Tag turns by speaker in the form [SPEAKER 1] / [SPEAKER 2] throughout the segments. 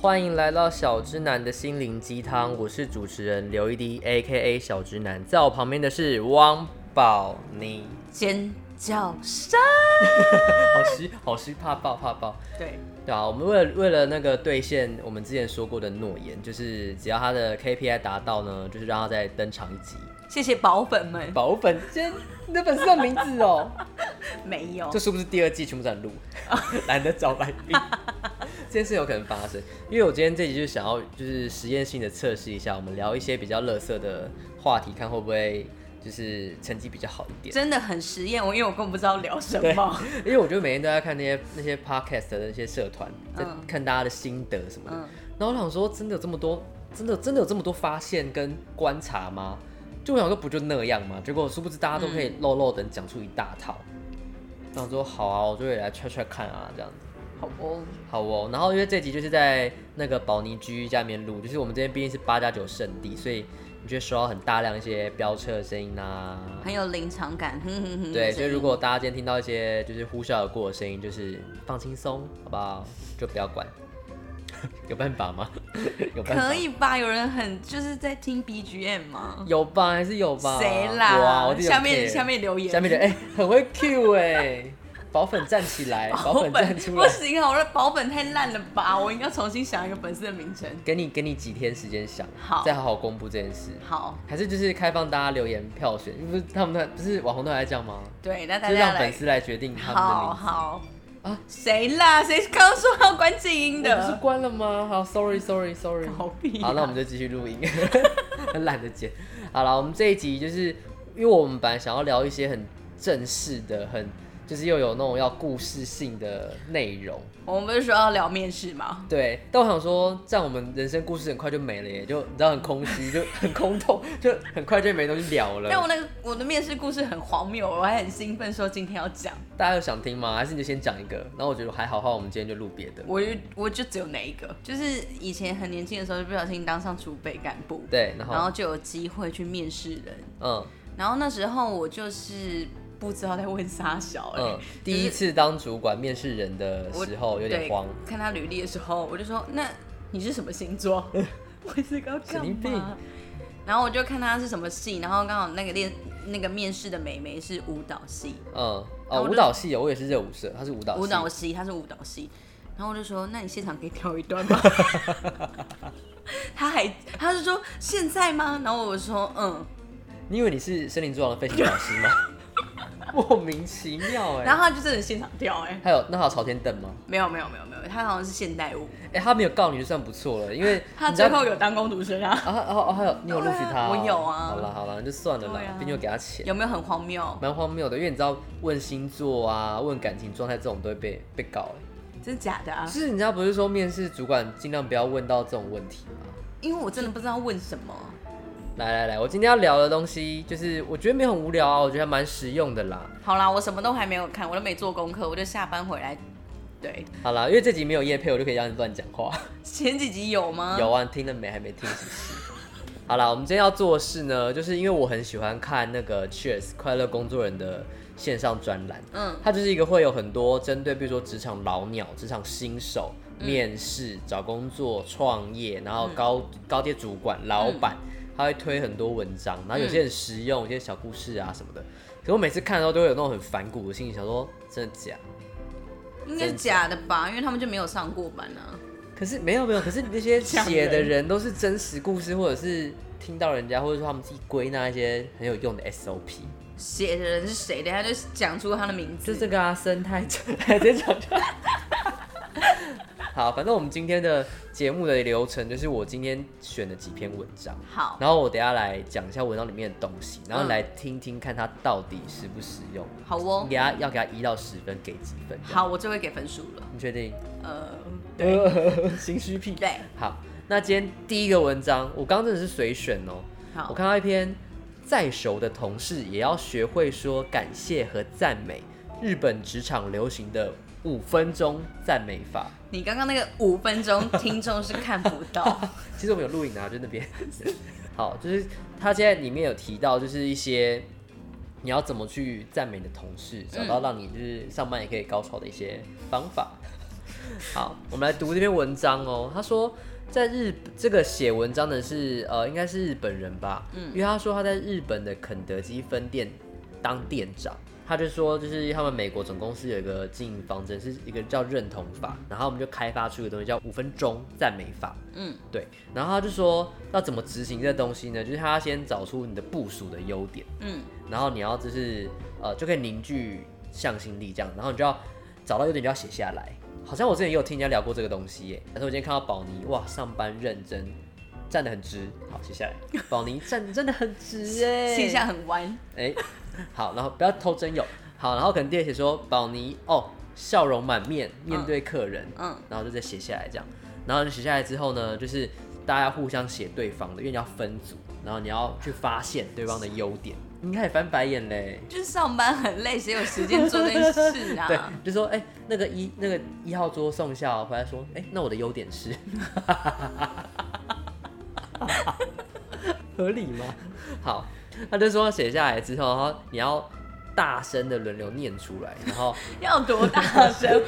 [SPEAKER 1] 欢迎来到小直男的心灵鸡汤，我是主持人刘一迪，A K A 小直男，在我旁边的是汪宝妮，
[SPEAKER 2] 尖叫声。
[SPEAKER 1] 好虚好虚，怕爆怕爆。
[SPEAKER 2] 对，
[SPEAKER 1] 对啊，我们为了为了那个兑现我们之前说过的诺言，就是只要他的 KPI 达到呢，就是让他再登场一集。
[SPEAKER 2] 谢谢宝粉 们。
[SPEAKER 1] 宝粉，今那本是叫名字哦，
[SPEAKER 2] 没有
[SPEAKER 1] 这，是不是第二季全部在录？
[SPEAKER 2] 哦
[SPEAKER 1] 懒得找来 宾，这件事有可能发生。因为我今天这集就是想要就是实验性的测试一下，我们聊一些比较乐色的话题，看会不会就是成绩比较好一点。
[SPEAKER 2] 真的很实验。我因为我根本不知道聊什么。
[SPEAKER 1] 因为我就每天都在看那些那些 podcast 的那些社团，在
[SPEAKER 2] 嗯
[SPEAKER 1] 看大家的心得什么的。
[SPEAKER 2] 嗯
[SPEAKER 1] 然后我想说，真的有这么多，真的真的有这么多发现跟观察吗？就我想说，不就那样吗？结果殊不知大家都可
[SPEAKER 2] 嗯
[SPEAKER 1] 以漏漏等讲出一大套。然后我说好啊，我就也来 try try 看啊，这样子。
[SPEAKER 2] 好哦，
[SPEAKER 1] 好哦，然后因为这集就是在那个宝尼居下面录，就是我们这边毕竟是八加九圣地，所以你就会收到很大量一些飙车的声音啊。
[SPEAKER 2] 很有临场感。哼哼哼
[SPEAKER 1] 对，所以如果大家今天听到一些就是呼啸而过的声音，就是放轻松，好不好？就不要管。 有办法吗？ 有办法
[SPEAKER 2] 可以吧？有人很就是在听 BGM 吗？
[SPEAKER 1] 有吧？还是有吧？
[SPEAKER 2] 谁
[SPEAKER 1] 我啊，
[SPEAKER 2] 啦
[SPEAKER 1] 我？自己有
[SPEAKER 2] 下面
[SPEAKER 1] care
[SPEAKER 2] 下面留言，
[SPEAKER 1] 下面的哎、很会 Q 哎、宝粉站起 来， 宝粉站出
[SPEAKER 2] 不
[SPEAKER 1] 来，
[SPEAKER 2] 行啊！我的宝粉太烂了 吧？我应该重新想一个粉丝的名称。
[SPEAKER 1] 给你给你几天时间想，
[SPEAKER 2] 好
[SPEAKER 1] 再好好公布这件事。
[SPEAKER 2] 好，
[SPEAKER 1] 还是就是开放大家留言票选，不是他们那不是网红都还在这样吗？
[SPEAKER 2] 对，那
[SPEAKER 1] 就
[SPEAKER 2] 大
[SPEAKER 1] 是
[SPEAKER 2] 家
[SPEAKER 1] 让
[SPEAKER 2] 来
[SPEAKER 1] 粉。丝来决定他
[SPEAKER 2] 好
[SPEAKER 1] 们
[SPEAKER 2] 好
[SPEAKER 1] 啊
[SPEAKER 2] 谁啦？谁刚刚说要关静音
[SPEAKER 1] 的名字。我不是
[SPEAKER 2] 的？
[SPEAKER 1] 关了吗？好，sorry sorry sorry。
[SPEAKER 2] 好屁啊
[SPEAKER 1] 好，那我们就继续录音， 很懒得剪。好了，我们这一集就是因为我们本来想要聊一些很正式的，很就是又有那种要故事性的内容，
[SPEAKER 2] 我们不是说要聊面试吗？
[SPEAKER 1] 对，但我想说，这样我们人生故事很快就没了耶，就你知道很空虚，就很空洞，就很快就没东西聊了。
[SPEAKER 2] 但 我那个我的面试故事很荒谬，我还很兴奋说今天要讲，
[SPEAKER 1] 大家有想听吗？还是你就先讲一个？然后我觉得还好的话，我们今天就录别的。
[SPEAKER 2] 我就我就只有哪一个，就是以前很年轻的时候就不小心当上储备干部，
[SPEAKER 1] 对，然后
[SPEAKER 2] 然后就有机会去面试人，
[SPEAKER 1] 嗯
[SPEAKER 2] 然后那时候我就是不知道在问啥小、欸，
[SPEAKER 1] 嗯，第一次当主管面试人的
[SPEAKER 2] 我
[SPEAKER 1] 时候有点慌，
[SPEAKER 2] 对看他履历的时候，我就说：“那你是什么 星座？”我是个干
[SPEAKER 1] 神经病
[SPEAKER 2] 嘛？然后我就看他是什么系，然后刚好那个练那个面试的美眉是舞蹈系，
[SPEAKER 1] 嗯
[SPEAKER 2] 然
[SPEAKER 1] 哦，
[SPEAKER 2] 后我
[SPEAKER 1] 舞
[SPEAKER 2] 就
[SPEAKER 1] 蹈系有，我也是热舞社，他是舞蹈系
[SPEAKER 2] 舞蹈系，她是舞蹈系。然后我就说：“那你现场可以跳一段 吗？”他还他就说：“现在吗？”然后我说：“嗯。
[SPEAKER 1] 你以为你是森林之王的飞行老 师吗？莫名其妙”哎、
[SPEAKER 2] 然后他就真的现场跳、哎，
[SPEAKER 1] 还有那还有朝天凳吗？
[SPEAKER 2] 没有没有没有没有，他好像是现代舞，
[SPEAKER 1] 哎、他没有告你就算不错了，因为
[SPEAKER 2] 他
[SPEAKER 1] 你知道
[SPEAKER 2] 最后有当工读生啊。
[SPEAKER 1] 啊哦哦，还有你有录取他、哦
[SPEAKER 2] 对啊我有啊
[SPEAKER 1] 好啦好啦，那就算了啦
[SPEAKER 2] 对啊，
[SPEAKER 1] 毕竟、我给他钱，
[SPEAKER 2] 有没有很荒谬？
[SPEAKER 1] 蛮荒谬的，因为你知道问星座啊、问感情状态这种都会被被告哎、
[SPEAKER 2] 真的假的啊
[SPEAKER 1] 就？是你知道不是说面试主管尽量不要问到这种问题吗？
[SPEAKER 2] 因为我真的不知道问什么。
[SPEAKER 1] 来来来，我今天要聊的东西就是我觉得没有很无聊啊，我觉得还蛮实用的啦。
[SPEAKER 2] 好啦，我什么都还没有看，我都没做功课，我就下班回来。对，
[SPEAKER 1] 好啦，因为这集没有叶配，我就可以让你乱讲话。
[SPEAKER 2] 前几集有吗？
[SPEAKER 1] 有。啊，你听了没？还没听是不是？好啦，我们今天要做的事呢，就是因为我很喜欢看那个 Cheers 快乐工作人的线上专栏，
[SPEAKER 2] 嗯，
[SPEAKER 1] 它就是一个会有很多针对，比如说职场老鸟、职场新手、
[SPEAKER 2] 嗯
[SPEAKER 1] 面试、找工作、创业，然后高、高阶主管、老板，
[SPEAKER 2] 嗯
[SPEAKER 1] 他会推很多文章，然后有些很实用，有些小故事啊什么的。可是我每次看到都会有那种很反骨的心情，想说真的假？
[SPEAKER 2] 应该是假的吧，因为他们就没有上过班啊。
[SPEAKER 1] 可是没有没有，可是那些
[SPEAKER 2] 讲人
[SPEAKER 1] 写的人都是真实故事，或者是听到人家，或者说他们自己归纳一些很有用的 SOP，
[SPEAKER 2] 写的人是谁？等一下就讲出他的名
[SPEAKER 1] 就
[SPEAKER 2] 字。
[SPEAKER 1] 这个啊，生态直接讲 出来。好，反正我们今天的节目的流程就是我今天选的几篇文章，
[SPEAKER 2] 好，
[SPEAKER 1] 然后我等一下来讲一下文章里面的东西，然后
[SPEAKER 2] 嗯
[SPEAKER 1] 来听听看它到底实不实用。
[SPEAKER 2] 好哦
[SPEAKER 1] 你给它要给它一到十分，给几分？，
[SPEAKER 2] 好，我就会给分数了。
[SPEAKER 1] 你确定？
[SPEAKER 2] 呃，
[SPEAKER 1] 对， 心虚屁。
[SPEAKER 2] 对，
[SPEAKER 1] 好，那今天第一个文章，我刚刚真的是随选哦。我
[SPEAKER 2] 好，
[SPEAKER 1] 看到一篇，再熟的同事也要学会说感谢和赞美，日本职场流行的五分钟赞美法。
[SPEAKER 2] 你刚刚那个五分钟，听众是看不 到。
[SPEAKER 1] 其实我们有录影啊，就那边。 好，就是他现在里面有提到，就是一些你要怎么去赞美你的同事，找到让你就是上班也可以高潮的一些方法。 好，我们来读这篇文章哦。他说，在日这个写文章的是呃，应该是日本人吧？嗯，因为他说他在日本的肯德基分店当店长。他就说，就是他们美国总公司有一个经营方针，是一个叫认同法，然后我们就开发出一个东西叫五分钟赞美法。
[SPEAKER 2] 嗯，
[SPEAKER 1] 对，然后他就说要怎么执行这东西呢？就是他要先找出你的部署的优点，
[SPEAKER 2] 嗯，
[SPEAKER 1] 然后你要就是呃就可以凝聚向心力这样，然后你就要找到优点就要写下来。好像我之前也有听人家聊过这个东西耶，但是我今天看到宝妮哇上班认真，站得很直，好写下来。宝妮站得真的很直 耶，
[SPEAKER 2] 线下很弯，
[SPEAKER 1] 哎、好，然后不要偷真有。好，然后可能第二写说宝妮哦，笑容满面面对客人，
[SPEAKER 2] 嗯，
[SPEAKER 1] 然后就再写下来这样。然后你写下来之后呢，就是大家互相写对方的，因为你要分组，然后你要去发现对方的优点。你开始翻白眼 嘞，
[SPEAKER 2] 就是上班很累，谁有时间做这件事
[SPEAKER 1] 对
[SPEAKER 2] 啊？，
[SPEAKER 1] 就说哎、那个一那个一号桌送下哦，回来说哎、那我的优点是，合理吗？好，他就说写下来之后，然后你要大声的轮流念出来，然后
[SPEAKER 2] 要多大 声？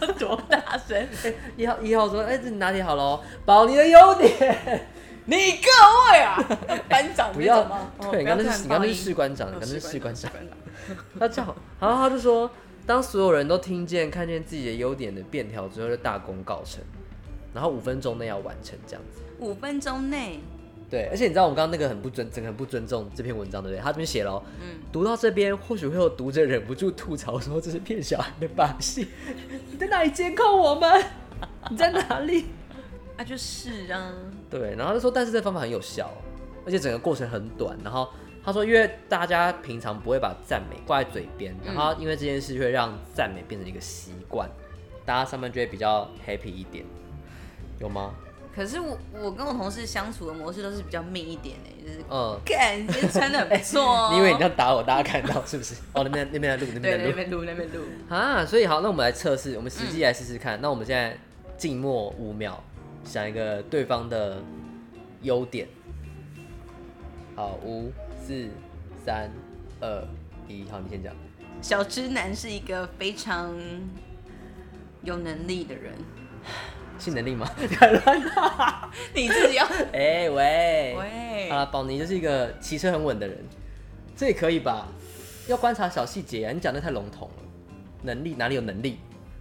[SPEAKER 2] 要多大声？
[SPEAKER 1] 一号一号说哎、这你拿铁好喽，保你的优点，
[SPEAKER 2] 你各位啊，要 班长
[SPEAKER 1] 不
[SPEAKER 2] 那
[SPEAKER 1] 要
[SPEAKER 2] 种吗？哦
[SPEAKER 1] 对，你刚刚
[SPEAKER 2] 不
[SPEAKER 1] 那
[SPEAKER 2] 要
[SPEAKER 1] 是
[SPEAKER 2] 看
[SPEAKER 1] 你刚刚那是
[SPEAKER 2] 报
[SPEAKER 1] 士官长，你刚刚
[SPEAKER 2] 应哦
[SPEAKER 1] 那是士官长
[SPEAKER 2] 士。官长。
[SPEAKER 1] 他叫，然后他就说，当所有人都听见、看见自己的优点的便条之后，就大功告成，然后五分钟内要完成这样子。
[SPEAKER 2] 五分钟内，
[SPEAKER 1] 对，而且你知道我们刚刚那个很不尊、整个很不尊重这篇文章，对不对？他这边写了哦，
[SPEAKER 2] 嗯
[SPEAKER 1] 读到这边，或许会有读者忍不住吐槽说这是骗小孩的把戏，你在哪里监控我们？ 你在哪里？
[SPEAKER 2] 啊，就是啊，
[SPEAKER 1] 对，然后他就说，但是这方法很有效哦，而且整个过程很短。然后他说，因为大家平常不会把赞美挂在嘴边，然后因为这件事会让赞美变成一个习惯，大家上班就会比较 happy 一点，有吗？
[SPEAKER 2] 可是我我跟我同事相处的模式都是比较命一点哎、就是
[SPEAKER 1] 嗯，
[SPEAKER 2] 干，你今天穿的很不错哦、
[SPEAKER 1] 你以为你这样打我，大家看到是不是？哦，那边那边在录，那边
[SPEAKER 2] 对
[SPEAKER 1] 在
[SPEAKER 2] 那
[SPEAKER 1] 录
[SPEAKER 2] 边录那边录，
[SPEAKER 1] 啊，所以好，那我们来测试，我们实际来试试看。那我们现在静默五秒，想一个对方的优点。好，五、四、三、二、一，好，你先讲。
[SPEAKER 2] 小直男是一个非常有能力 的人，
[SPEAKER 1] 性能力吗？ 敢乱
[SPEAKER 2] 你自己要
[SPEAKER 1] 哎、喂，
[SPEAKER 2] 喂
[SPEAKER 1] 好了，宝妮就是一个骑车很稳的人，这也可以吧？要观察小细节啊，你讲的太笼统了。能力哪里有能力？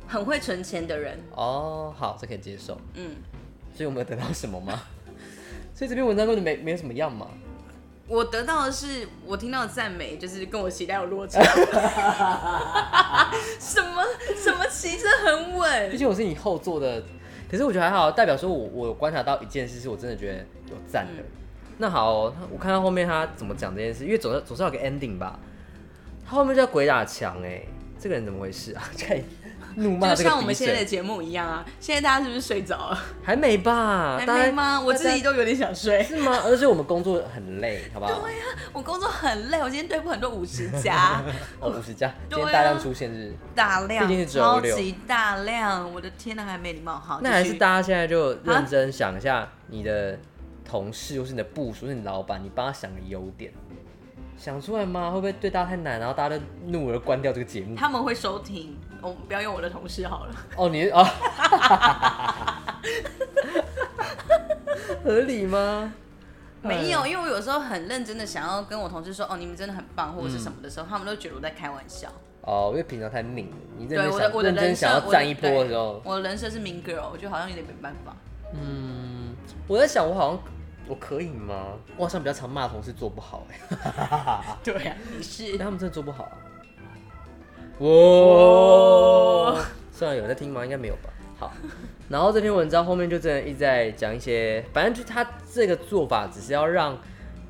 [SPEAKER 2] 很会存钱的人，
[SPEAKER 1] 哦，好，这可以接受。
[SPEAKER 2] 嗯，
[SPEAKER 1] 所以我们有得到什么吗？ 所以这篇文章根本没没有什么样嘛。
[SPEAKER 2] 我得到的是我听到的赞美，就是跟我期待有 落差，什么什么骑着 很
[SPEAKER 1] 毕
[SPEAKER 2] 稳，
[SPEAKER 1] 竟我是你后座的，可是我觉得还好，代表说我我有观察到一件事，是我真的觉得有赞
[SPEAKER 2] 嗯
[SPEAKER 1] 的。那好哦、他我看到后面他怎么讲这件事，因为总是总是要有个 ending 吧。他后面叫鬼打墙，哎，这个人怎么回事啊？ 可以怒骂
[SPEAKER 2] 就
[SPEAKER 1] 这个
[SPEAKER 2] 像我
[SPEAKER 1] 笔
[SPEAKER 2] 们现在的
[SPEAKER 1] 者，
[SPEAKER 2] 节目一样啊。现在大家是不是睡着了？
[SPEAKER 1] 还没吧？
[SPEAKER 2] 还
[SPEAKER 1] 大家
[SPEAKER 2] 没吗？我自己
[SPEAKER 1] 大
[SPEAKER 2] 都有点想睡
[SPEAKER 1] 家。是吗？而且我们工作很累，好不好？
[SPEAKER 2] 对呀、我工作很累，我今天对付很多五十 家，
[SPEAKER 1] 哦，五十加，今
[SPEAKER 2] 对啊
[SPEAKER 1] 天大量出现日，
[SPEAKER 2] 大量，
[SPEAKER 1] 毕竟是周
[SPEAKER 2] 超
[SPEAKER 1] 六
[SPEAKER 2] 级大量，我的天呐，还没礼貌好。
[SPEAKER 1] 那还
[SPEAKER 2] 继
[SPEAKER 1] 是
[SPEAKER 2] 续
[SPEAKER 1] 大家现在
[SPEAKER 2] 啊
[SPEAKER 1] 就认真想一下你的同事，或是你的部署，或是你老板，你帮他想个优点，想出来吗？会不会对大家太难，然后大家都怒而关掉这个节目？
[SPEAKER 2] 他们会收听，我们不要用我的同事好了。
[SPEAKER 1] 哦，你啊， 合理吗？哎
[SPEAKER 2] 没有，因为我有时候很认真的想要跟我同事说，哦，你们真的很棒，或者是什么的时候，他们都觉得我在开玩笑。
[SPEAKER 1] 哦，因为平常太命了，你认真
[SPEAKER 2] 对，我的
[SPEAKER 1] 想
[SPEAKER 2] 我的
[SPEAKER 1] 认真
[SPEAKER 2] 人设
[SPEAKER 1] 想，要
[SPEAKER 2] 我的
[SPEAKER 1] 站一波的时候
[SPEAKER 2] 对，我的人设是 mean girl，我觉得好像有点没办法。
[SPEAKER 1] 嗯，我在想，我好像我可以吗？我好像比较常骂同事做不好、哎。
[SPEAKER 2] 对啊，你是
[SPEAKER 1] 但他们真的做不好、啊。哇！虽哦然有人在听吗？应该没有吧。好，然后这篇文章后面就真的一直在讲一些，反正就他这个做法只是要让，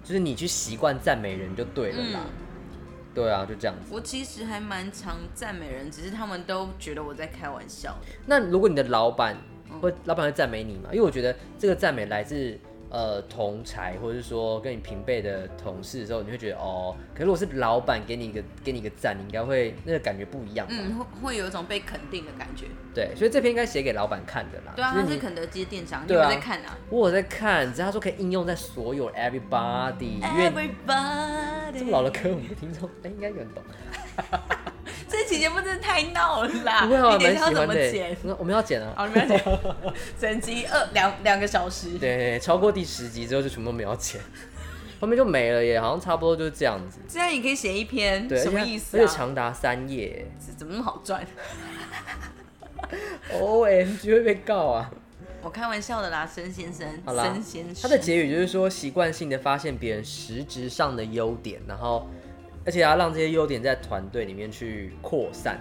[SPEAKER 1] 就是你去习惯赞美人就对了啦。
[SPEAKER 2] 嗯，
[SPEAKER 1] 对啊，就这样子。
[SPEAKER 2] 我其实还蛮常赞美人，只是他们都觉得我在开玩笑。
[SPEAKER 1] 那如果你的老板会，老板会赞美你吗？因为我觉得这个赞美来自呃同才，或者是说跟你平辈的同事的时候，你会觉得哦，可是如果是老板给你一个给你一个赞，你应该会那个感觉不一样吧。
[SPEAKER 2] 嗯，会会有一种被肯定的感觉。
[SPEAKER 1] 对，所以这篇应该写给老板看的啦。
[SPEAKER 2] 对啊，
[SPEAKER 1] 就是
[SPEAKER 2] 他是
[SPEAKER 1] 你
[SPEAKER 2] 肯德基的店长，你
[SPEAKER 1] 对
[SPEAKER 2] 有
[SPEAKER 1] 啊
[SPEAKER 2] 没有在看啊
[SPEAKER 1] 我有在看，只是他说可以应用在所有 everybody，因为
[SPEAKER 2] ？Everybody，
[SPEAKER 1] 这么老的歌，我们的听众哎应该有人懂。
[SPEAKER 2] 这一集节目真的太闹了啦！
[SPEAKER 1] 不会啊，
[SPEAKER 2] 你等
[SPEAKER 1] 蛮
[SPEAKER 2] 一下要
[SPEAKER 1] 喜
[SPEAKER 2] 怎
[SPEAKER 1] 欢
[SPEAKER 2] 么哦
[SPEAKER 1] 的
[SPEAKER 2] 剪
[SPEAKER 1] 欸。？那我们要剪啊。
[SPEAKER 2] 好，你们要剪， 整集二两两个小时。
[SPEAKER 1] 对对对，超过第十集之后就全部都没有剪，后面就没了耶，好像差不多就是这样子。
[SPEAKER 2] 这样也可以写一篇，
[SPEAKER 1] 对，
[SPEAKER 2] 什么
[SPEAKER 1] 而且
[SPEAKER 2] 意思
[SPEAKER 1] 而且
[SPEAKER 2] 啊？
[SPEAKER 1] 长达三页
[SPEAKER 2] 这怎么那么好赚？
[SPEAKER 1] ，O M G 会被告啊！
[SPEAKER 2] 我开玩笑的啦，申先生，
[SPEAKER 1] 好啦
[SPEAKER 2] 申先生，
[SPEAKER 1] 他的结语就是说，习惯性的发现别人实质上的优点，然后而且要让这些优点在团队里面去扩散，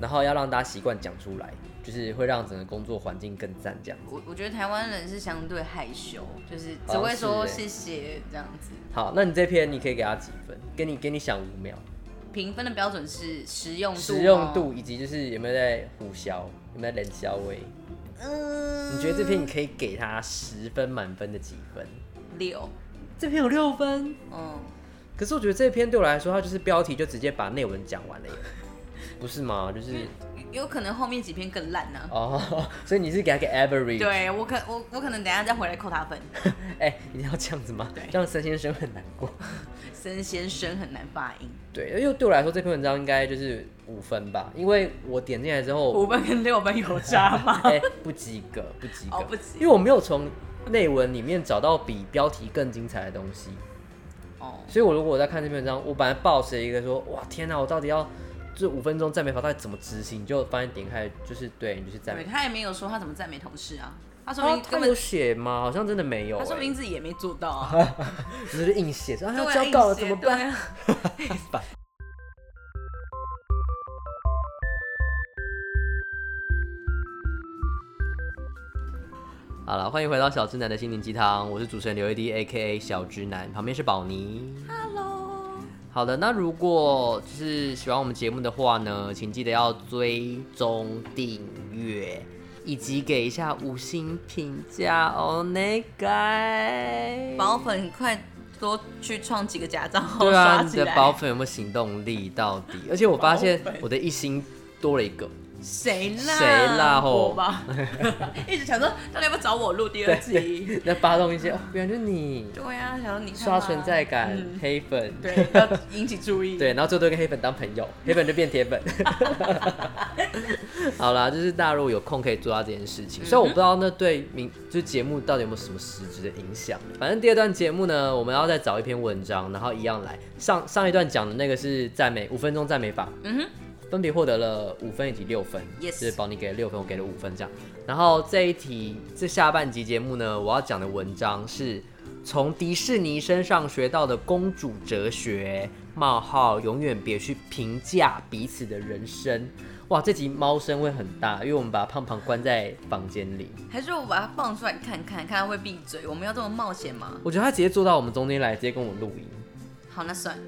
[SPEAKER 1] 然后要让大家习惯讲出来，就是会让整个工作环境更赞这样。
[SPEAKER 2] 我我觉得台湾人是相对害羞，就是
[SPEAKER 1] 好
[SPEAKER 2] 只
[SPEAKER 1] 像
[SPEAKER 2] 会说
[SPEAKER 1] 是欸
[SPEAKER 2] 谢谢这样子。
[SPEAKER 1] 好，那你这篇你可以给他几分？给你给你想五秒，
[SPEAKER 2] 评分的标准是实用度，
[SPEAKER 1] 实用，度以及就是有没有在胡销，有没有在冷销味？
[SPEAKER 2] 嗯，
[SPEAKER 1] 你觉得这篇你可以给他十分满分的几分？
[SPEAKER 2] 六，
[SPEAKER 1] 这篇有六分，
[SPEAKER 2] 嗯，
[SPEAKER 1] 可是我觉得这篇对我来说，它就是标题就直接把内文讲完了 耶，不是吗？就是
[SPEAKER 2] 有可能后面几篇更烂呢、啊
[SPEAKER 1] 哦， 所以你是给他个 average，，
[SPEAKER 2] 对我可我我可能等一下再回来扣他分，
[SPEAKER 1] 哎、一定要这样子吗？这样申先生很难过。
[SPEAKER 2] 申先生很难发音，
[SPEAKER 1] 对，因为对我来说这篇文章应该就是五分吧，因为我点进来之后，
[SPEAKER 2] 五分跟六分有差吗？
[SPEAKER 1] 哎、不及格，不及格，
[SPEAKER 2] 哦不及
[SPEAKER 1] 因为我没有从内文里面找到比标题更精彩的东西，
[SPEAKER 2] 哦，
[SPEAKER 1] 所以我如果我在看这篇文章，我本来抱持一个说，哇天哪、我到底要这五分钟赞美法到底怎么执行，就发现点开就是对你就是赞
[SPEAKER 2] 对
[SPEAKER 1] 美。
[SPEAKER 2] 他也没有说他怎么赞美同事啊，他说
[SPEAKER 1] 他
[SPEAKER 2] 明根
[SPEAKER 1] 哦他有
[SPEAKER 2] 本
[SPEAKER 1] 写吗？好像真的没有、
[SPEAKER 2] 他说
[SPEAKER 1] 哎
[SPEAKER 2] 明自己也没做到啊，
[SPEAKER 1] 只是硬写，说啊
[SPEAKER 2] 对
[SPEAKER 1] 要
[SPEAKER 2] 啊
[SPEAKER 1] 交稿了
[SPEAKER 2] 硬
[SPEAKER 1] 怎
[SPEAKER 2] 写
[SPEAKER 1] 么办？
[SPEAKER 2] 对啊
[SPEAKER 1] 好了，欢迎回到小直男的心灵鸡汤，我是主持人刘一迪，A K A 小直男，旁边是宝妮。
[SPEAKER 2] Hello，
[SPEAKER 1] 好的，那如果就是喜欢我们节目的话呢，请记得要追踪订阅，以及给一下五星评价哦，那个。
[SPEAKER 2] 宝粉你快多去创几个假账号
[SPEAKER 1] 对啊，
[SPEAKER 2] 刷
[SPEAKER 1] 你
[SPEAKER 2] 起
[SPEAKER 1] 的
[SPEAKER 2] 来。
[SPEAKER 1] 宝粉有没有行动力到底？而且我发现
[SPEAKER 2] 宝粉
[SPEAKER 1] 我的一星多了一 个，
[SPEAKER 2] 谁啦？
[SPEAKER 1] 谁啦吼
[SPEAKER 2] 我吧，一直想说到底要不要找我录第二集？
[SPEAKER 1] 那发动一些，哦，原来就是你
[SPEAKER 2] 对呀、啊，想说你看
[SPEAKER 1] 刷
[SPEAKER 2] 嘛
[SPEAKER 1] 存在感，
[SPEAKER 2] 嗯
[SPEAKER 1] 黑粉。
[SPEAKER 2] 对，要引起注意。
[SPEAKER 1] 对，然后最多跟黑粉当朋友，黑粉就变铁粉。 好啦，就是大家如果有空可以做到这件事情，虽然我不知道那对明就是节目到底有没有什么实质的影响。反正第二段节目呢，我们要再找一篇文章，然后一样来上上一段讲的那个是赞美五分钟赞美法，
[SPEAKER 2] 嗯哼，
[SPEAKER 1] 分别获得了五分以及六分
[SPEAKER 2] Yes
[SPEAKER 1] 就是宝你给了六分，我给了五分这样。然后这一题这下半集节目呢，我要讲的文章是从迪士尼身上学到的公主哲学：冒号永远别去评价彼此的人生。哇，这集猫声会很大，因为我们把胖胖关在房间里。
[SPEAKER 2] 还是我把它放出来看看，看它会闭嘴。我们要这么冒险吗？
[SPEAKER 1] 我觉得他直接坐到我们中间来，直接跟我录音，
[SPEAKER 2] 好，那算了，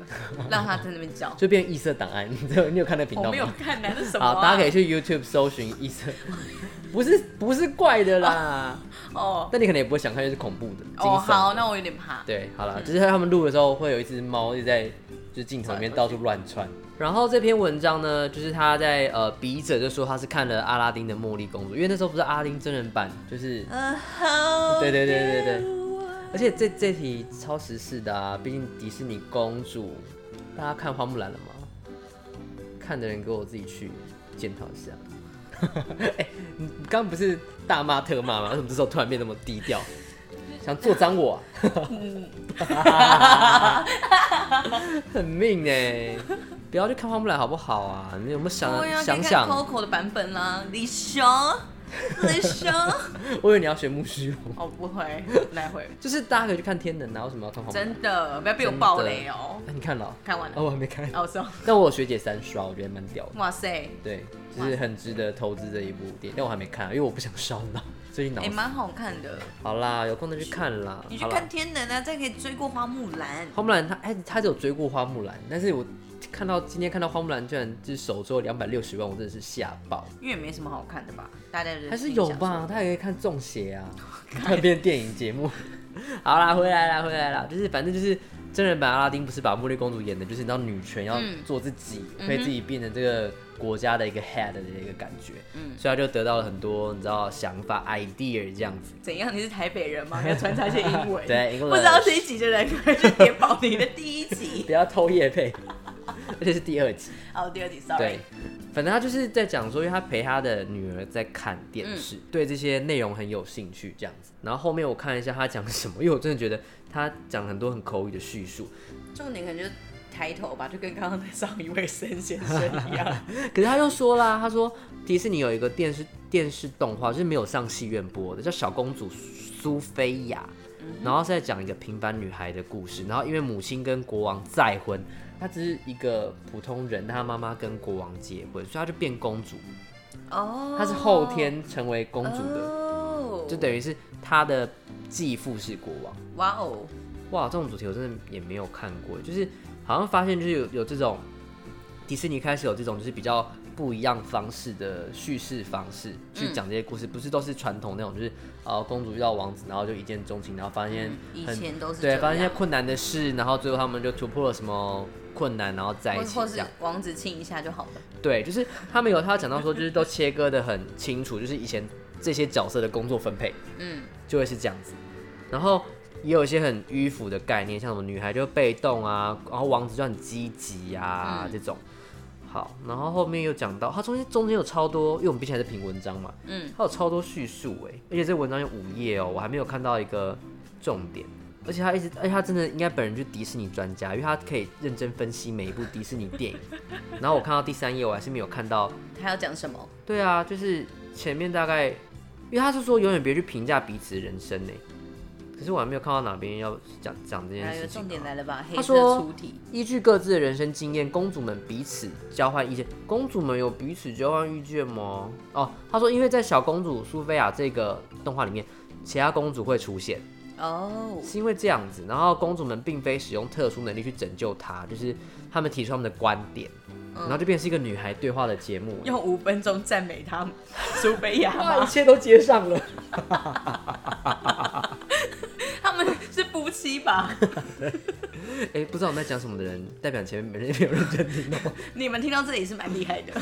[SPEAKER 2] 让它在那边叫。
[SPEAKER 1] 就变异色档案。 你知道你有看那频
[SPEAKER 2] 我
[SPEAKER 1] 道
[SPEAKER 2] 没有
[SPEAKER 1] 吗？
[SPEAKER 2] 看呢，那是什么、啊？
[SPEAKER 1] 好，大家可以去 YouTube 搜寻异色， 不是不是怪的啦。
[SPEAKER 2] 哦
[SPEAKER 1] 但你可能也不会想看，就是恐怖的、惊悚的。
[SPEAKER 2] 哦，好，那我有点怕。
[SPEAKER 1] 对，好了，就是他们录的时候会有一只猫一直在就是镜头里面到处乱窜。然后这篇文章呢，就是他在呃笔者就说他是看了阿拉丁的茉莉公主，因为那时候不是阿拉丁真人版，就是
[SPEAKER 2] 嗯，好。
[SPEAKER 1] 对对对对对而且这这题超时事的啊，毕竟迪士尼公主，大家看花木兰了吗？看的人给我自己去检讨一下。 哎、你你刚不是大骂特骂吗？为什么这时候突然变那么低调？想做脏我、啊？
[SPEAKER 2] 嗯
[SPEAKER 1] 很命哎、不要去看花木兰好不好啊？你有没有想、
[SPEAKER 2] 对呀，可以
[SPEAKER 1] 想
[SPEAKER 2] 看
[SPEAKER 1] 想？
[SPEAKER 2] Coco 的版本啦，李 雄，李雄。
[SPEAKER 1] 我以为你要学木须哦，
[SPEAKER 2] 哦，不会，哪会？
[SPEAKER 1] 就是大家可以去看天能啊，为什么要看花木兰？
[SPEAKER 2] 真的，不要被我爆雷哦。
[SPEAKER 1] 啊你看了哦、
[SPEAKER 2] 看完了
[SPEAKER 1] 哦，我还没看。
[SPEAKER 2] 哦，是哦。
[SPEAKER 1] 但我有学姐三刷，我觉得蛮屌的。
[SPEAKER 2] 哇塞，
[SPEAKER 1] 对，就是很值得投资的一部电影，但我还没看，因为我不想烧脑， 最近脑
[SPEAKER 2] 也、
[SPEAKER 1] 子。
[SPEAKER 2] 蛮好看的。
[SPEAKER 1] 好啦，有空再去看啦。
[SPEAKER 2] 哎你去
[SPEAKER 1] 好啦
[SPEAKER 2] 看天能啊，再可以追过花木兰。
[SPEAKER 1] 花木兰，他哎，他只有追过花木兰，但是我看到今天看到花木兰居然就是首周两百六十万，我真的是吓爆。
[SPEAKER 2] 因为也没什么好看的吧，大家
[SPEAKER 1] 还是有吧，他也可以看中邪 啊，看变电影节目。 好啦，回来啦，回来啦，就是反正就是真人版阿拉丁不是把茉莉公主演的，就是你知道女权要
[SPEAKER 2] 嗯
[SPEAKER 1] 做自己，
[SPEAKER 2] 嗯哼
[SPEAKER 1] 可以自己变成这个国家的一个 head 的一个感觉，
[SPEAKER 2] 嗯
[SPEAKER 1] 所以他就得到了很多你知道想法 idea 这样子。
[SPEAKER 2] 怎样？你是台北人吗？要穿插一些英 文，
[SPEAKER 1] 对
[SPEAKER 2] 不知道这一集的人可能是点宝你的第一集，
[SPEAKER 1] 不要偷夜配，而且是第二集。
[SPEAKER 2] 哦，第二集
[SPEAKER 1] 对
[SPEAKER 2] ，sorry，，
[SPEAKER 1] 反正他就是在讲说，因为他陪他的女儿在看电视，对这些内容很有兴趣这样子。然后后面我看一下他讲什么，因为我真的觉得他讲很多很口语的叙述，
[SPEAKER 2] 重点可能就是抬头吧，就跟刚刚那上一位森先生 一样。
[SPEAKER 1] 可是他又说啦，他说迪士尼有一个电视电视动画，就是没有上戏院播的，叫《小公主苏菲亚》，然后是在讲一个平凡女孩的故事。然后因为母亲跟国王再婚，她只是一个普通人，但她妈妈跟国王结婚，所以她就变公主。
[SPEAKER 2] 哦，
[SPEAKER 1] 她是后天成为公主的，
[SPEAKER 2] 哦，
[SPEAKER 1] 就等于是她的继父是国王。
[SPEAKER 2] 哇哦，
[SPEAKER 1] 哇，这种主题我真的也没有看过，就是好像发现就是有有这种迪士尼开始有这种就是比较不一样方式的叙事方式
[SPEAKER 2] 嗯
[SPEAKER 1] 去讲这些故事，不是都是传统那种就是呃公主遇到王子，然后就一见钟情，然后发现
[SPEAKER 2] 嗯以
[SPEAKER 1] 很、
[SPEAKER 2] 前都是
[SPEAKER 1] 对
[SPEAKER 2] 这
[SPEAKER 1] 发现一些
[SPEAKER 2] 样
[SPEAKER 1] 困难的事，然后最后他们就突破了什么困难，然后在一
[SPEAKER 2] 或
[SPEAKER 1] 起
[SPEAKER 2] 或
[SPEAKER 1] 这
[SPEAKER 2] 是
[SPEAKER 1] 样。
[SPEAKER 2] 王子亲一下就好了。
[SPEAKER 1] 对，就是他们有他讲到说就是都切割的很清楚，就是以前这些角色的工作分配。
[SPEAKER 2] 嗯，
[SPEAKER 1] 就会是这样子。然后也有一些很迂腐的概念，像什么女孩就被动啊，然后王子就很积极啊、
[SPEAKER 2] 嗯
[SPEAKER 1] 这种。好，然后后面又讲到，它中间中间有超多，因为我们毕竟还是评文章嘛，
[SPEAKER 2] 嗯，
[SPEAKER 1] 它有超多叙述哎，而且这文章有五页哦，我还没有看到一个重点。而且他一直，而且他真的应该本人就是迪士尼专家，因为他可以认真分析每一部迪士尼 电影。然后我看到第三页，我还是没有看到
[SPEAKER 2] 他要讲什么？
[SPEAKER 1] 对啊，就是前面大概，因为他是说永远别去评价彼此的人生呢。可是我还没有看到哪边要讲讲这件
[SPEAKER 2] 来，
[SPEAKER 1] 事情、
[SPEAKER 2] 哎重点来了吧？黑
[SPEAKER 1] 他
[SPEAKER 2] 色
[SPEAKER 1] 说
[SPEAKER 2] 出题。
[SPEAKER 1] 依据各自的人生经验，公主们彼此交换意见。公主们有彼此交换意见吗？哦，他说，因为在小公主苏菲亚这个动画里面，其他公主会出现，
[SPEAKER 2] 哦，
[SPEAKER 1] 是因为这样子。然后公主们并非使用特殊能力去拯救她，就是他们提出他们的观点，
[SPEAKER 2] 嗯
[SPEAKER 1] 然后就变成是一个女孩对话的节目。
[SPEAKER 2] 用五分钟赞美他们，苏菲亚
[SPEAKER 1] 哇，一
[SPEAKER 2] 吗？
[SPEAKER 1] 切都接上了。
[SPEAKER 2] 他们是夫妻吧？
[SPEAKER 1] 哎、不知道我们在讲什么的人，代表前面没人没有认真听到。
[SPEAKER 2] 你们听到这里是蛮厉害的，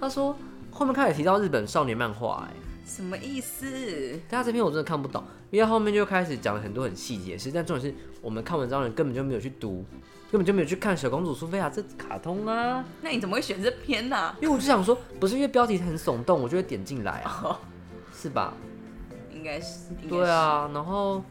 [SPEAKER 1] 他说后面开始提到日本少年漫画、哎，
[SPEAKER 2] 什么意思？
[SPEAKER 1] 但他这篇我真的看不懂，因为他后面就开始讲了很多很细节的事，但重点是我们看文章的人根本就没有去读，根本就没有去看《小公主苏菲亚》这卡通啊，
[SPEAKER 2] 那你怎么会选这篇呢、啊
[SPEAKER 1] 因为我就想说，不是因为标题很耸动，我就会点进来啊，
[SPEAKER 2] 哦，
[SPEAKER 1] 是吧？
[SPEAKER 2] 应该是，应该是
[SPEAKER 1] 对，啊，然后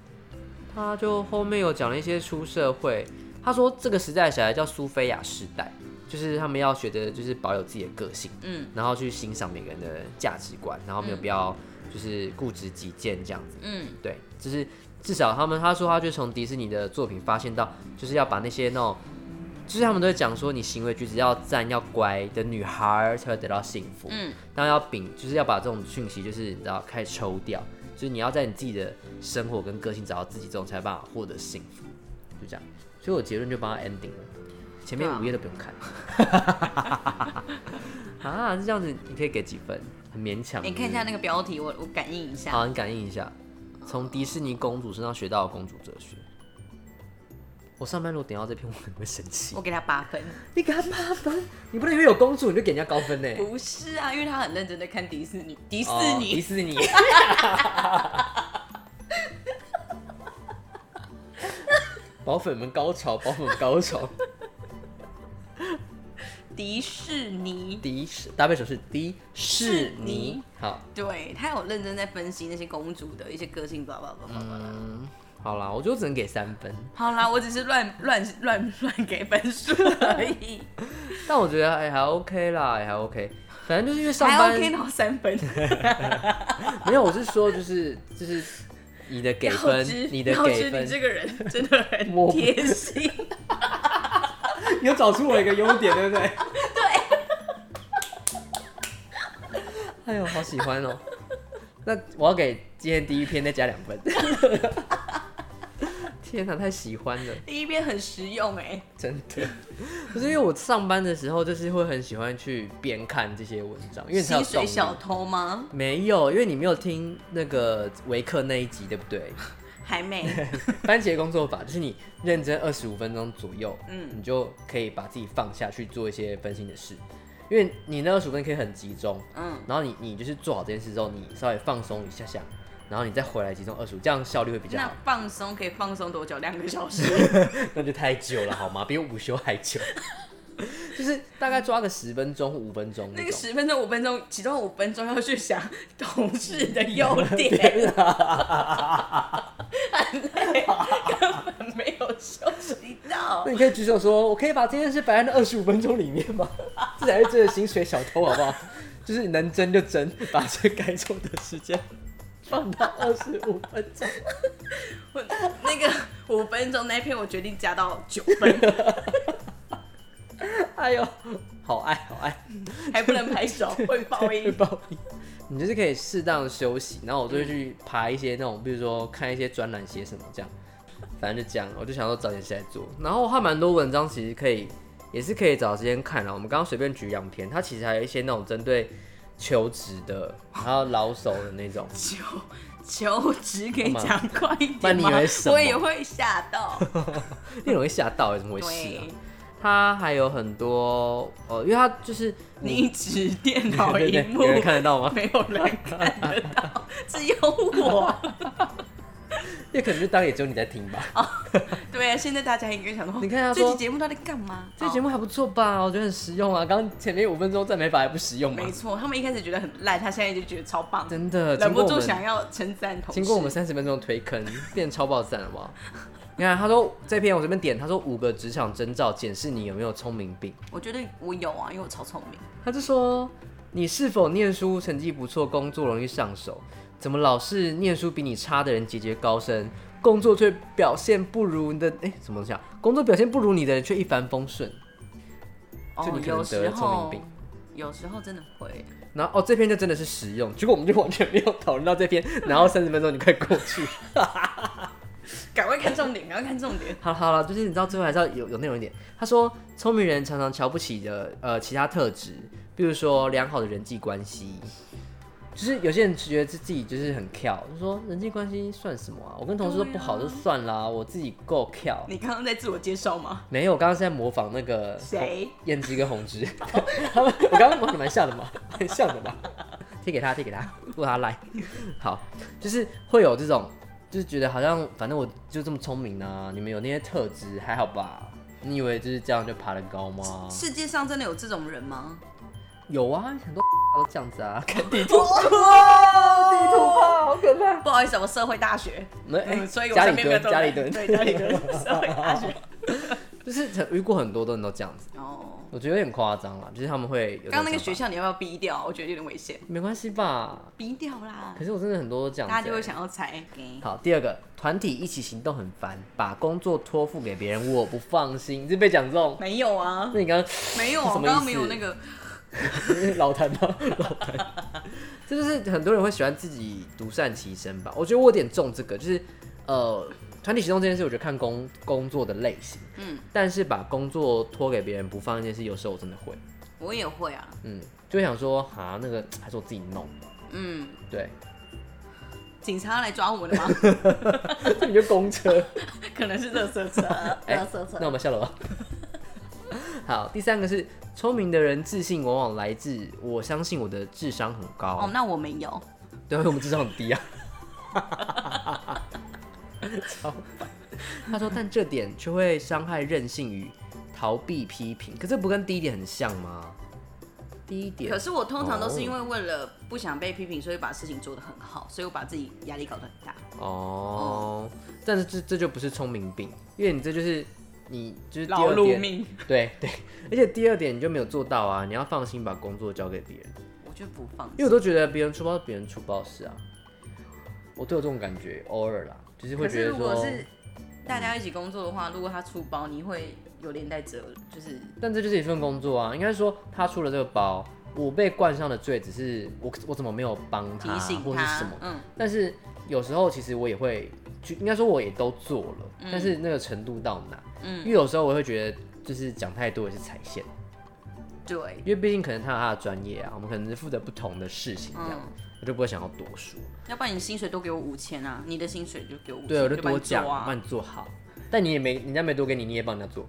[SPEAKER 1] 他就后面有讲了一些出社会，他说这个时代小孩叫苏菲亚时代，就是他们要学着就是保有自己的个性，
[SPEAKER 2] 嗯，
[SPEAKER 1] 然后去欣赏每个人的价值观，然后没有必要就是固执己见这样子，
[SPEAKER 2] 嗯，
[SPEAKER 1] 对，就是至少他们他说他就从迪士尼的作品发现到，就是要把那些那种。就是他们都会讲说，你行为举止要赞要乖的女孩儿才会得到幸福。
[SPEAKER 2] 嗯，
[SPEAKER 1] 当然要秉，就是要把这种讯息，就是你知道开始抽掉，就是你要在你自己的生活跟个性找到自己，这种才有办法获得幸福，就这样。所以我结论就帮他 ending 了，前面
[SPEAKER 2] 对啊
[SPEAKER 1] 五页都不用看。啊，是这样子，你可以给几分？很勉强。
[SPEAKER 2] 你看一下那个标题，我我感应一
[SPEAKER 1] 是不是
[SPEAKER 2] 下，
[SPEAKER 1] 好，你感应一下，从迪士尼公主身上学到的公主哲学。我上班如果点到这篇，我可能会生气
[SPEAKER 2] 我。给他八分。
[SPEAKER 1] 你给他八分，你不能因为有公主你就给人家高分呢。
[SPEAKER 2] 不是啊，因为他很认真的看迪士尼，迪士
[SPEAKER 1] 哦迪
[SPEAKER 2] 尼，
[SPEAKER 1] 士 尼。宝粉们高潮，宝粉们高潮。
[SPEAKER 2] 迪士尼，
[SPEAKER 1] 迪士搭配手是迪士
[SPEAKER 2] 士
[SPEAKER 1] 尼
[SPEAKER 2] 尼。
[SPEAKER 1] 好，
[SPEAKER 2] 对他有认真在分析那些公主的一些个性，叭叭叭叭叭。
[SPEAKER 1] 嗯，好啦，我就只能给三分。
[SPEAKER 2] 好啦，我只是乱乱乱乱给分数而已，
[SPEAKER 1] 但我觉得哎还 OK 啦，也还 OK。反正就是因为 上
[SPEAKER 2] 还
[SPEAKER 1] 班
[SPEAKER 2] OK 到三分，
[SPEAKER 1] 没有，我是说就是就是你的给
[SPEAKER 2] 要
[SPEAKER 1] 分
[SPEAKER 2] 知，
[SPEAKER 1] 你的
[SPEAKER 2] 要知
[SPEAKER 1] 给
[SPEAKER 2] 你这
[SPEAKER 1] 分，
[SPEAKER 2] 个 人真的很
[SPEAKER 1] 我不
[SPEAKER 2] 贴心，
[SPEAKER 1] 你有找出我一个优点，对不 对？对。哎呦，好喜欢哦。那我要给今天第一篇再加两分。 天哪，太喜欢了，
[SPEAKER 2] 第一篇很实用哎、
[SPEAKER 1] 真的。不是因为我上班的时候，就是会很喜欢去边看这些文章， 因为才有
[SPEAKER 2] 薪
[SPEAKER 1] 动
[SPEAKER 2] 水小
[SPEAKER 1] 力。
[SPEAKER 2] 偷吗？
[SPEAKER 1] 没有，因为你没有听那个维克那一集，对不对？
[SPEAKER 2] 还没，
[SPEAKER 1] 番茄工作法就是你认真二十五分钟左右，
[SPEAKER 2] 嗯
[SPEAKER 1] 嗯，你就可以把自己放下去做一些分心的事，因为你那二十分可以很集中，
[SPEAKER 2] 嗯，
[SPEAKER 1] 然后你你就是做好这件事之后，你稍微放松一下下，然后你再回来集中二十五，这样效率会 比较
[SPEAKER 2] 那
[SPEAKER 1] 好。
[SPEAKER 2] 放松可以 放松多久？两个小时。
[SPEAKER 1] 那就太久了好吗？比我午休还久。就是大概抓个十分钟、五分钟
[SPEAKER 2] 那
[SPEAKER 1] 那
[SPEAKER 2] 个
[SPEAKER 1] 种。
[SPEAKER 2] 十分钟、五分钟，其中五分钟要去想同事的优 点，
[SPEAKER 1] 天啊！
[SPEAKER 2] 很累，根本没有休息到
[SPEAKER 1] 那。你可以举手说，我可以把这件事摆在那二十五分钟里面吗？ 这才是真的薪水小偷，好不 好？就是你能争就争，把这该做的时间放到二十五分钟。
[SPEAKER 2] 我那个五分钟那一篇，我决定加到九分，
[SPEAKER 1] 哎呦，好爱好爱，
[SPEAKER 2] 还不能拍手，会 报
[SPEAKER 1] 会
[SPEAKER 2] 应。
[SPEAKER 1] 报应。你就是可以适当地休息，然后我就会去爬一些那种，比如说看一些专栏写什么这样，反正就这样，我就想说早点起来做。然后还蛮多文章其实可以，也是可以找时间看啦。我们刚刚随便举两篇，它其实还有一些那种针对求职的，然后老手的那种。
[SPEAKER 2] 求求职可以讲快一
[SPEAKER 1] 那
[SPEAKER 2] 点
[SPEAKER 1] 你
[SPEAKER 2] 吗
[SPEAKER 1] 以为什？么
[SPEAKER 2] 我也会吓到。
[SPEAKER 1] 那容易吓到，有怎么回事啊
[SPEAKER 2] 对？，
[SPEAKER 1] 它还有很多，呃，因为它就是
[SPEAKER 2] 你指电脑
[SPEAKER 1] 对对对
[SPEAKER 2] 荧幕，
[SPEAKER 1] 有人看得到吗？
[SPEAKER 2] 没有人看得到，只有我。
[SPEAKER 1] 也可能就当也只有你在听吧。
[SPEAKER 2] 对啊，现在大家应该想说，
[SPEAKER 1] 你看他
[SPEAKER 2] 这
[SPEAKER 1] 说
[SPEAKER 2] 期节目到底干嘛？
[SPEAKER 1] 这节
[SPEAKER 2] 目、
[SPEAKER 1] 目还不错吧？我觉得很实用啊。刚刚前面五分钟赞美法还不实用吗
[SPEAKER 2] 哦没？错，他们一开始觉得很烂，他现在就觉得超棒，
[SPEAKER 1] 真的，
[SPEAKER 2] 忍
[SPEAKER 1] 经
[SPEAKER 2] 不
[SPEAKER 1] 过我
[SPEAKER 2] 住
[SPEAKER 1] 们
[SPEAKER 2] 想要称赞同事。
[SPEAKER 1] 经过我们三十分钟的推坑，变超爆赞了吧？你看，他说这篇我这边点，他说五个职场征兆检视你有没有聪明病。
[SPEAKER 2] 我觉得我有啊，因为我超聪明。
[SPEAKER 1] 他就说你是否念书成绩不错，工作容易上手？怎么老是念书比你差的人节节高升，工作却表现不如你的？哎、怎么讲？工作表现不如你的人却一帆风顺。就
[SPEAKER 2] 哦
[SPEAKER 1] 你，可能
[SPEAKER 2] 有
[SPEAKER 1] 得
[SPEAKER 2] 时
[SPEAKER 1] 了聪明
[SPEAKER 2] 候
[SPEAKER 1] 病
[SPEAKER 2] 有时候真的会。
[SPEAKER 1] 然后哦，这篇就真的是实用。结果我们就完全没有讨论到这篇，然后三十分钟就快过去。
[SPEAKER 2] 赶快看重点，赶快看重点。
[SPEAKER 1] 好了好了，就是你知道最后还是要有有内容一点。他说，聪明人常常瞧不起的呃其他特质，比如说良好的人际关系。就是有些人觉得自己就是很跳，就说人际关系算什么啊？我跟同事都不好就算啦，我自己够跳。
[SPEAKER 2] 你刚刚在自我介绍吗？
[SPEAKER 1] 没有，我刚刚是在模仿那个
[SPEAKER 2] 谁？哦
[SPEAKER 1] 燕之跟红 之，他们我刚刚模仿蛮像的嘛，很像的嘛。贴给他，贴给他，录他来。好，就是会有这种，就是觉得好像反正我就这么聪明啊，你们有那些特质还好吧？你以为就是这样就爬得高吗？
[SPEAKER 2] 世界上真的有这种人吗？
[SPEAKER 1] 有啊，很多 都这样子 啊，看地图，
[SPEAKER 2] 地
[SPEAKER 1] 啊，好可怕。
[SPEAKER 2] 不好意思，我社会大学，
[SPEAKER 1] 那哎、
[SPEAKER 2] 嗯，所以我
[SPEAKER 1] 家
[SPEAKER 2] 身
[SPEAKER 1] 里
[SPEAKER 2] 边没有
[SPEAKER 1] 蹲，
[SPEAKER 2] 这种
[SPEAKER 1] 家里
[SPEAKER 2] 人
[SPEAKER 1] 蹲，
[SPEAKER 2] 对家里蹲，社会大学。
[SPEAKER 1] 就是很遇过很多的人都这样子，
[SPEAKER 2] 哦，
[SPEAKER 1] 我觉得有点夸张啦，就是他们会有。
[SPEAKER 2] 刚刚那个学，校你要不要逼掉？我觉得有点危险，
[SPEAKER 1] 没关系吧？
[SPEAKER 2] 逼掉 啦
[SPEAKER 1] 可，是我真的很多都这样子、
[SPEAKER 2] 大家就会
[SPEAKER 1] 欸
[SPEAKER 2] 想要猜。给
[SPEAKER 1] 好，第二个，团体一起行动很烦，把工作托付给别人，我不放心，你是被讲中。
[SPEAKER 2] 没有啊，
[SPEAKER 1] 那你刚刚
[SPEAKER 2] 没有啊，
[SPEAKER 1] 什
[SPEAKER 2] 我
[SPEAKER 1] 么意
[SPEAKER 2] 刚刚
[SPEAKER 1] 思
[SPEAKER 2] 没有那 个，
[SPEAKER 1] 老谭吗？老谭，这就是很多人会喜欢自己独善其身吧。我觉得我有点重这个，就是呃，团体行动这件事，我觉得看工工作的类型，
[SPEAKER 2] 嗯，
[SPEAKER 1] 但是把工作托给别人不放这件事，有时候我真的会，
[SPEAKER 2] 我也会啊，
[SPEAKER 1] 嗯，就会想说啊，那个还是我自己弄，
[SPEAKER 2] 嗯，
[SPEAKER 1] 对，
[SPEAKER 2] 警察要来抓我们了吗？
[SPEAKER 1] 这你就公车。
[SPEAKER 2] 可能是垃圾车，
[SPEAKER 1] 哎
[SPEAKER 2] 垃圾
[SPEAKER 1] 那
[SPEAKER 2] 车。
[SPEAKER 1] 我们下楼 吧。好，第三个是聪明的人自信往往来自我相信我的智商很高，
[SPEAKER 2] 哦，那我没有，
[SPEAKER 1] 对，我们智商很低啊。啊 超烦他说，但这点却会伤害任性与逃避批评，可这不跟第一点很像吗？第一点
[SPEAKER 2] 可是我通常都
[SPEAKER 1] 哦
[SPEAKER 2] 是因为为了不想被批评，所以把事情做得很好，所以我把自己压力搞得很大。
[SPEAKER 1] 哦，
[SPEAKER 2] 嗯
[SPEAKER 1] 但是这这就不是聪明病，因为你这就是你就是第
[SPEAKER 2] 劳
[SPEAKER 1] 二
[SPEAKER 2] 碌
[SPEAKER 1] 点，
[SPEAKER 2] 命，
[SPEAKER 1] 对对，而且第二点你就没有做到啊，你要放心把工作交给别人。
[SPEAKER 2] 我就不放
[SPEAKER 1] 因为我都觉得别人出包，别人出包是啊，我都有这种感觉，偶尔啦，就是会
[SPEAKER 2] 可
[SPEAKER 1] 觉
[SPEAKER 2] 是
[SPEAKER 1] 得
[SPEAKER 2] 如果
[SPEAKER 1] 说，
[SPEAKER 2] 是大家一起工作的话，如果他出包，你会有连带责，就是
[SPEAKER 1] 但这就是一份工作啊，应该说他出了这个包，我被冠上的罪只是我我怎么没有帮
[SPEAKER 2] 提醒
[SPEAKER 1] 啊或是
[SPEAKER 2] 他
[SPEAKER 1] 什么，，
[SPEAKER 2] 嗯，
[SPEAKER 1] 但是有时候其实我也会，就应该说我也都做了，但是那个程度到哪，
[SPEAKER 2] 嗯
[SPEAKER 1] 因为有时候我会觉得就是讲太多也是踩线，
[SPEAKER 2] 对，
[SPEAKER 1] 因为毕竟可能他有他的专业啊，我们可能是负责不同的事情这样，
[SPEAKER 2] 嗯，
[SPEAKER 1] 我就不会想要多说。
[SPEAKER 2] 要不然你薪水多给我五千啊，你的薪水就给我五千，
[SPEAKER 1] 对，我就
[SPEAKER 2] 就帮
[SPEAKER 1] 多
[SPEAKER 2] 你做
[SPEAKER 1] 讲，帮
[SPEAKER 2] 啊，
[SPEAKER 1] 你做好。但你也没，人家没多给你，你也帮人家做。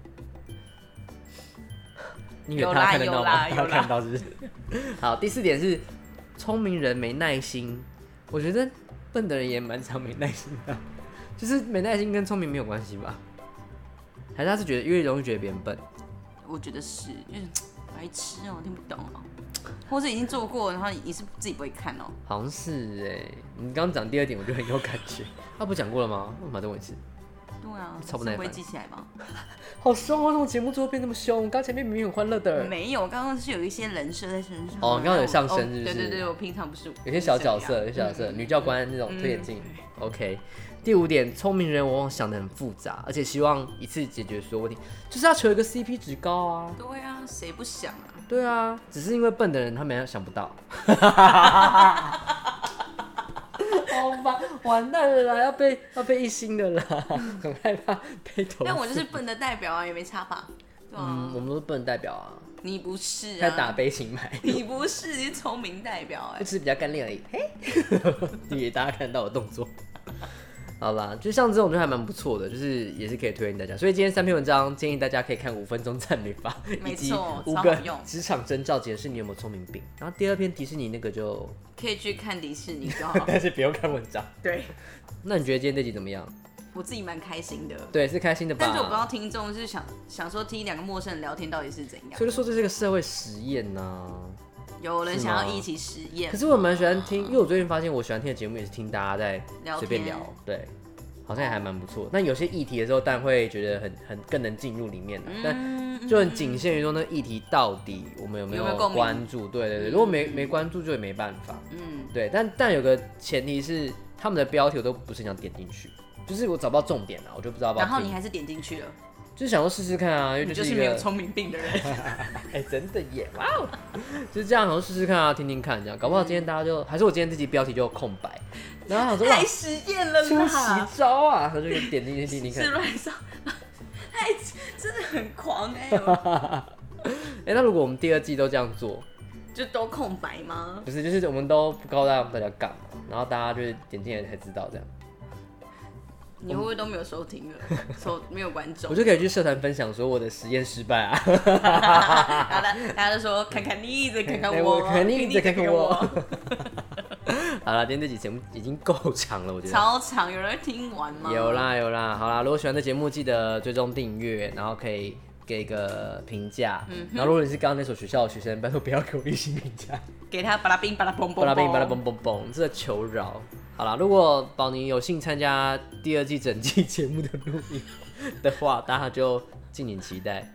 [SPEAKER 1] 你以为
[SPEAKER 2] 有
[SPEAKER 1] 他
[SPEAKER 2] 啦
[SPEAKER 1] 看得到
[SPEAKER 2] 有
[SPEAKER 1] 吗？
[SPEAKER 2] 啦
[SPEAKER 1] 他
[SPEAKER 2] 有啦
[SPEAKER 1] 看到是不 是？好，第四点是聪明人没耐心。我觉得笨的人也蛮常没耐心的，啊 就是没耐心跟聪明没有关系吧？还是他是觉得因为容易觉得别人笨，
[SPEAKER 2] 我觉得是，就是白痴哦、听不懂哦、或者已经做过，然后你是自己不会看哦、
[SPEAKER 1] 好像是哎、你刚刚讲第二点，我就很有感觉。 他、不讲过了吗？为什么再问一次？
[SPEAKER 2] 对啊，
[SPEAKER 1] 超不
[SPEAKER 2] 是
[SPEAKER 1] 耐
[SPEAKER 2] 会
[SPEAKER 1] 烦
[SPEAKER 2] 记起来吗？
[SPEAKER 1] 好凶哦！那种节目最后变那么凶，刚前面明明很欢乐的，
[SPEAKER 2] 没有，刚刚是有一些人设在身上。
[SPEAKER 1] 哦刚刚有上身
[SPEAKER 2] 然后
[SPEAKER 1] 是不
[SPEAKER 2] 对对
[SPEAKER 1] 是
[SPEAKER 2] 对，我平常不是
[SPEAKER 1] 有些小角色，有些
[SPEAKER 2] 是
[SPEAKER 1] 小角色，女教官那种推眼镜。OK，第五点，聪明人往往想的很复杂，而且希望一次解决所有问题，就是要求一个 CP 值高啊。
[SPEAKER 2] 对啊，谁不想啊？
[SPEAKER 1] 对啊，只是因为笨的人他们想不 到。好吧，完蛋了啦，要被要被一星的啦，很害怕被投。
[SPEAKER 2] 但我就是笨的代表啊，也没差吧？对啊
[SPEAKER 1] 嗯，，我们都是笨代表啊，
[SPEAKER 2] 你不是
[SPEAKER 1] 在打
[SPEAKER 2] 啊，
[SPEAKER 1] 悲情牌，
[SPEAKER 2] 你不是，你是聪明代表哎、
[SPEAKER 1] 就只是比较干练而已。 嘿，也大家看得到我动作。 好啦，就像这种就还蛮不错的，就是也是可以推荐大家。所以今天三篇文章建议大家可以看五分钟赞美法，以
[SPEAKER 2] 没
[SPEAKER 1] 及
[SPEAKER 2] 错
[SPEAKER 1] 五
[SPEAKER 2] 超
[SPEAKER 1] 个
[SPEAKER 2] 好用
[SPEAKER 1] 职场征兆解释你有没有聪明病。然后第二篇迪士尼那个就，。
[SPEAKER 2] 可以去看迪士尼就好
[SPEAKER 1] 但是不用看文章。
[SPEAKER 2] 对，
[SPEAKER 1] 那你觉得今天这集怎么样？
[SPEAKER 2] 我自己蛮开心的。
[SPEAKER 1] 对，是开心的吧？
[SPEAKER 2] 但是我不知道听众是想想说听两个陌生人聊天到底是怎样
[SPEAKER 1] 所，以就说这是个社会实验呐、
[SPEAKER 2] 有人想要
[SPEAKER 1] 是吗
[SPEAKER 2] 一起实验嗯
[SPEAKER 1] 可，是我蛮喜欢听，因为我最近发现我喜欢听的节目也是听大家在
[SPEAKER 2] 聊
[SPEAKER 1] 随便
[SPEAKER 2] 天
[SPEAKER 1] 聊，对，好像也还蛮不错。那有些议题的时候，但会觉得很很更能进入里面、啊，
[SPEAKER 2] 嗯
[SPEAKER 1] 但就很仅限于说那议题到底我们有没
[SPEAKER 2] 有没有共鸣
[SPEAKER 1] 关注？对对对，如果没没关注就也没办法。
[SPEAKER 2] 嗯，
[SPEAKER 1] 对，但但有个前提是他们的标题我都不是很想点进去，就是我找不到重点啊，我就不知道要不要
[SPEAKER 2] 然后
[SPEAKER 1] 听。
[SPEAKER 2] 你还是点进去了，
[SPEAKER 1] 就是想说试试看啊，因为
[SPEAKER 2] 你
[SPEAKER 1] 就
[SPEAKER 2] 就是是
[SPEAKER 1] 一
[SPEAKER 2] 没
[SPEAKER 1] 个
[SPEAKER 2] 有聪明病的 人。
[SPEAKER 1] 哎、真的耶！哇哦， 就是这样，然后试试看啊，听听看，这样，搞不好今天大家就还是我今天这集标题就空白，然后想说哇
[SPEAKER 2] 太，实验了
[SPEAKER 1] 出
[SPEAKER 2] 啦，
[SPEAKER 1] 奇招啊，他就点进去听听看
[SPEAKER 2] 是。乱上， 太真的很狂哎、 我
[SPEAKER 1] 哎、那如果我们第二季都这样做，
[SPEAKER 2] 就都空白吗？
[SPEAKER 1] 不是就是我们都不告诉大家大家干嘛，然后大家就是点进来才知道这样，
[SPEAKER 2] 你会不会都没有 收听了，收没有观众
[SPEAKER 1] 我？就可以去社团分享说我的实验失败啊，
[SPEAKER 2] 好的， 大家就 说看看你，再看看
[SPEAKER 1] 哎
[SPEAKER 2] 我，
[SPEAKER 1] 我看你再看看
[SPEAKER 2] 看
[SPEAKER 1] 我， 好了，今天这集节目已经够长了，我觉得。
[SPEAKER 2] 超长，有人会听完吗？
[SPEAKER 1] 有，啦有啦，好啦，如果喜欢这节目，记得追踪订阅，然后可以给一个评价。然后如果你是刚刚那所学校的学生，拜托不要给我一星评价，
[SPEAKER 2] 给他巴拉冰巴拉嘣嘣，
[SPEAKER 1] 巴拉冰巴拉嘣，嘣嘣，这求饶。好啦，如果宝宁有幸参加第二季整季节目的录音的话，大家就敬请期待。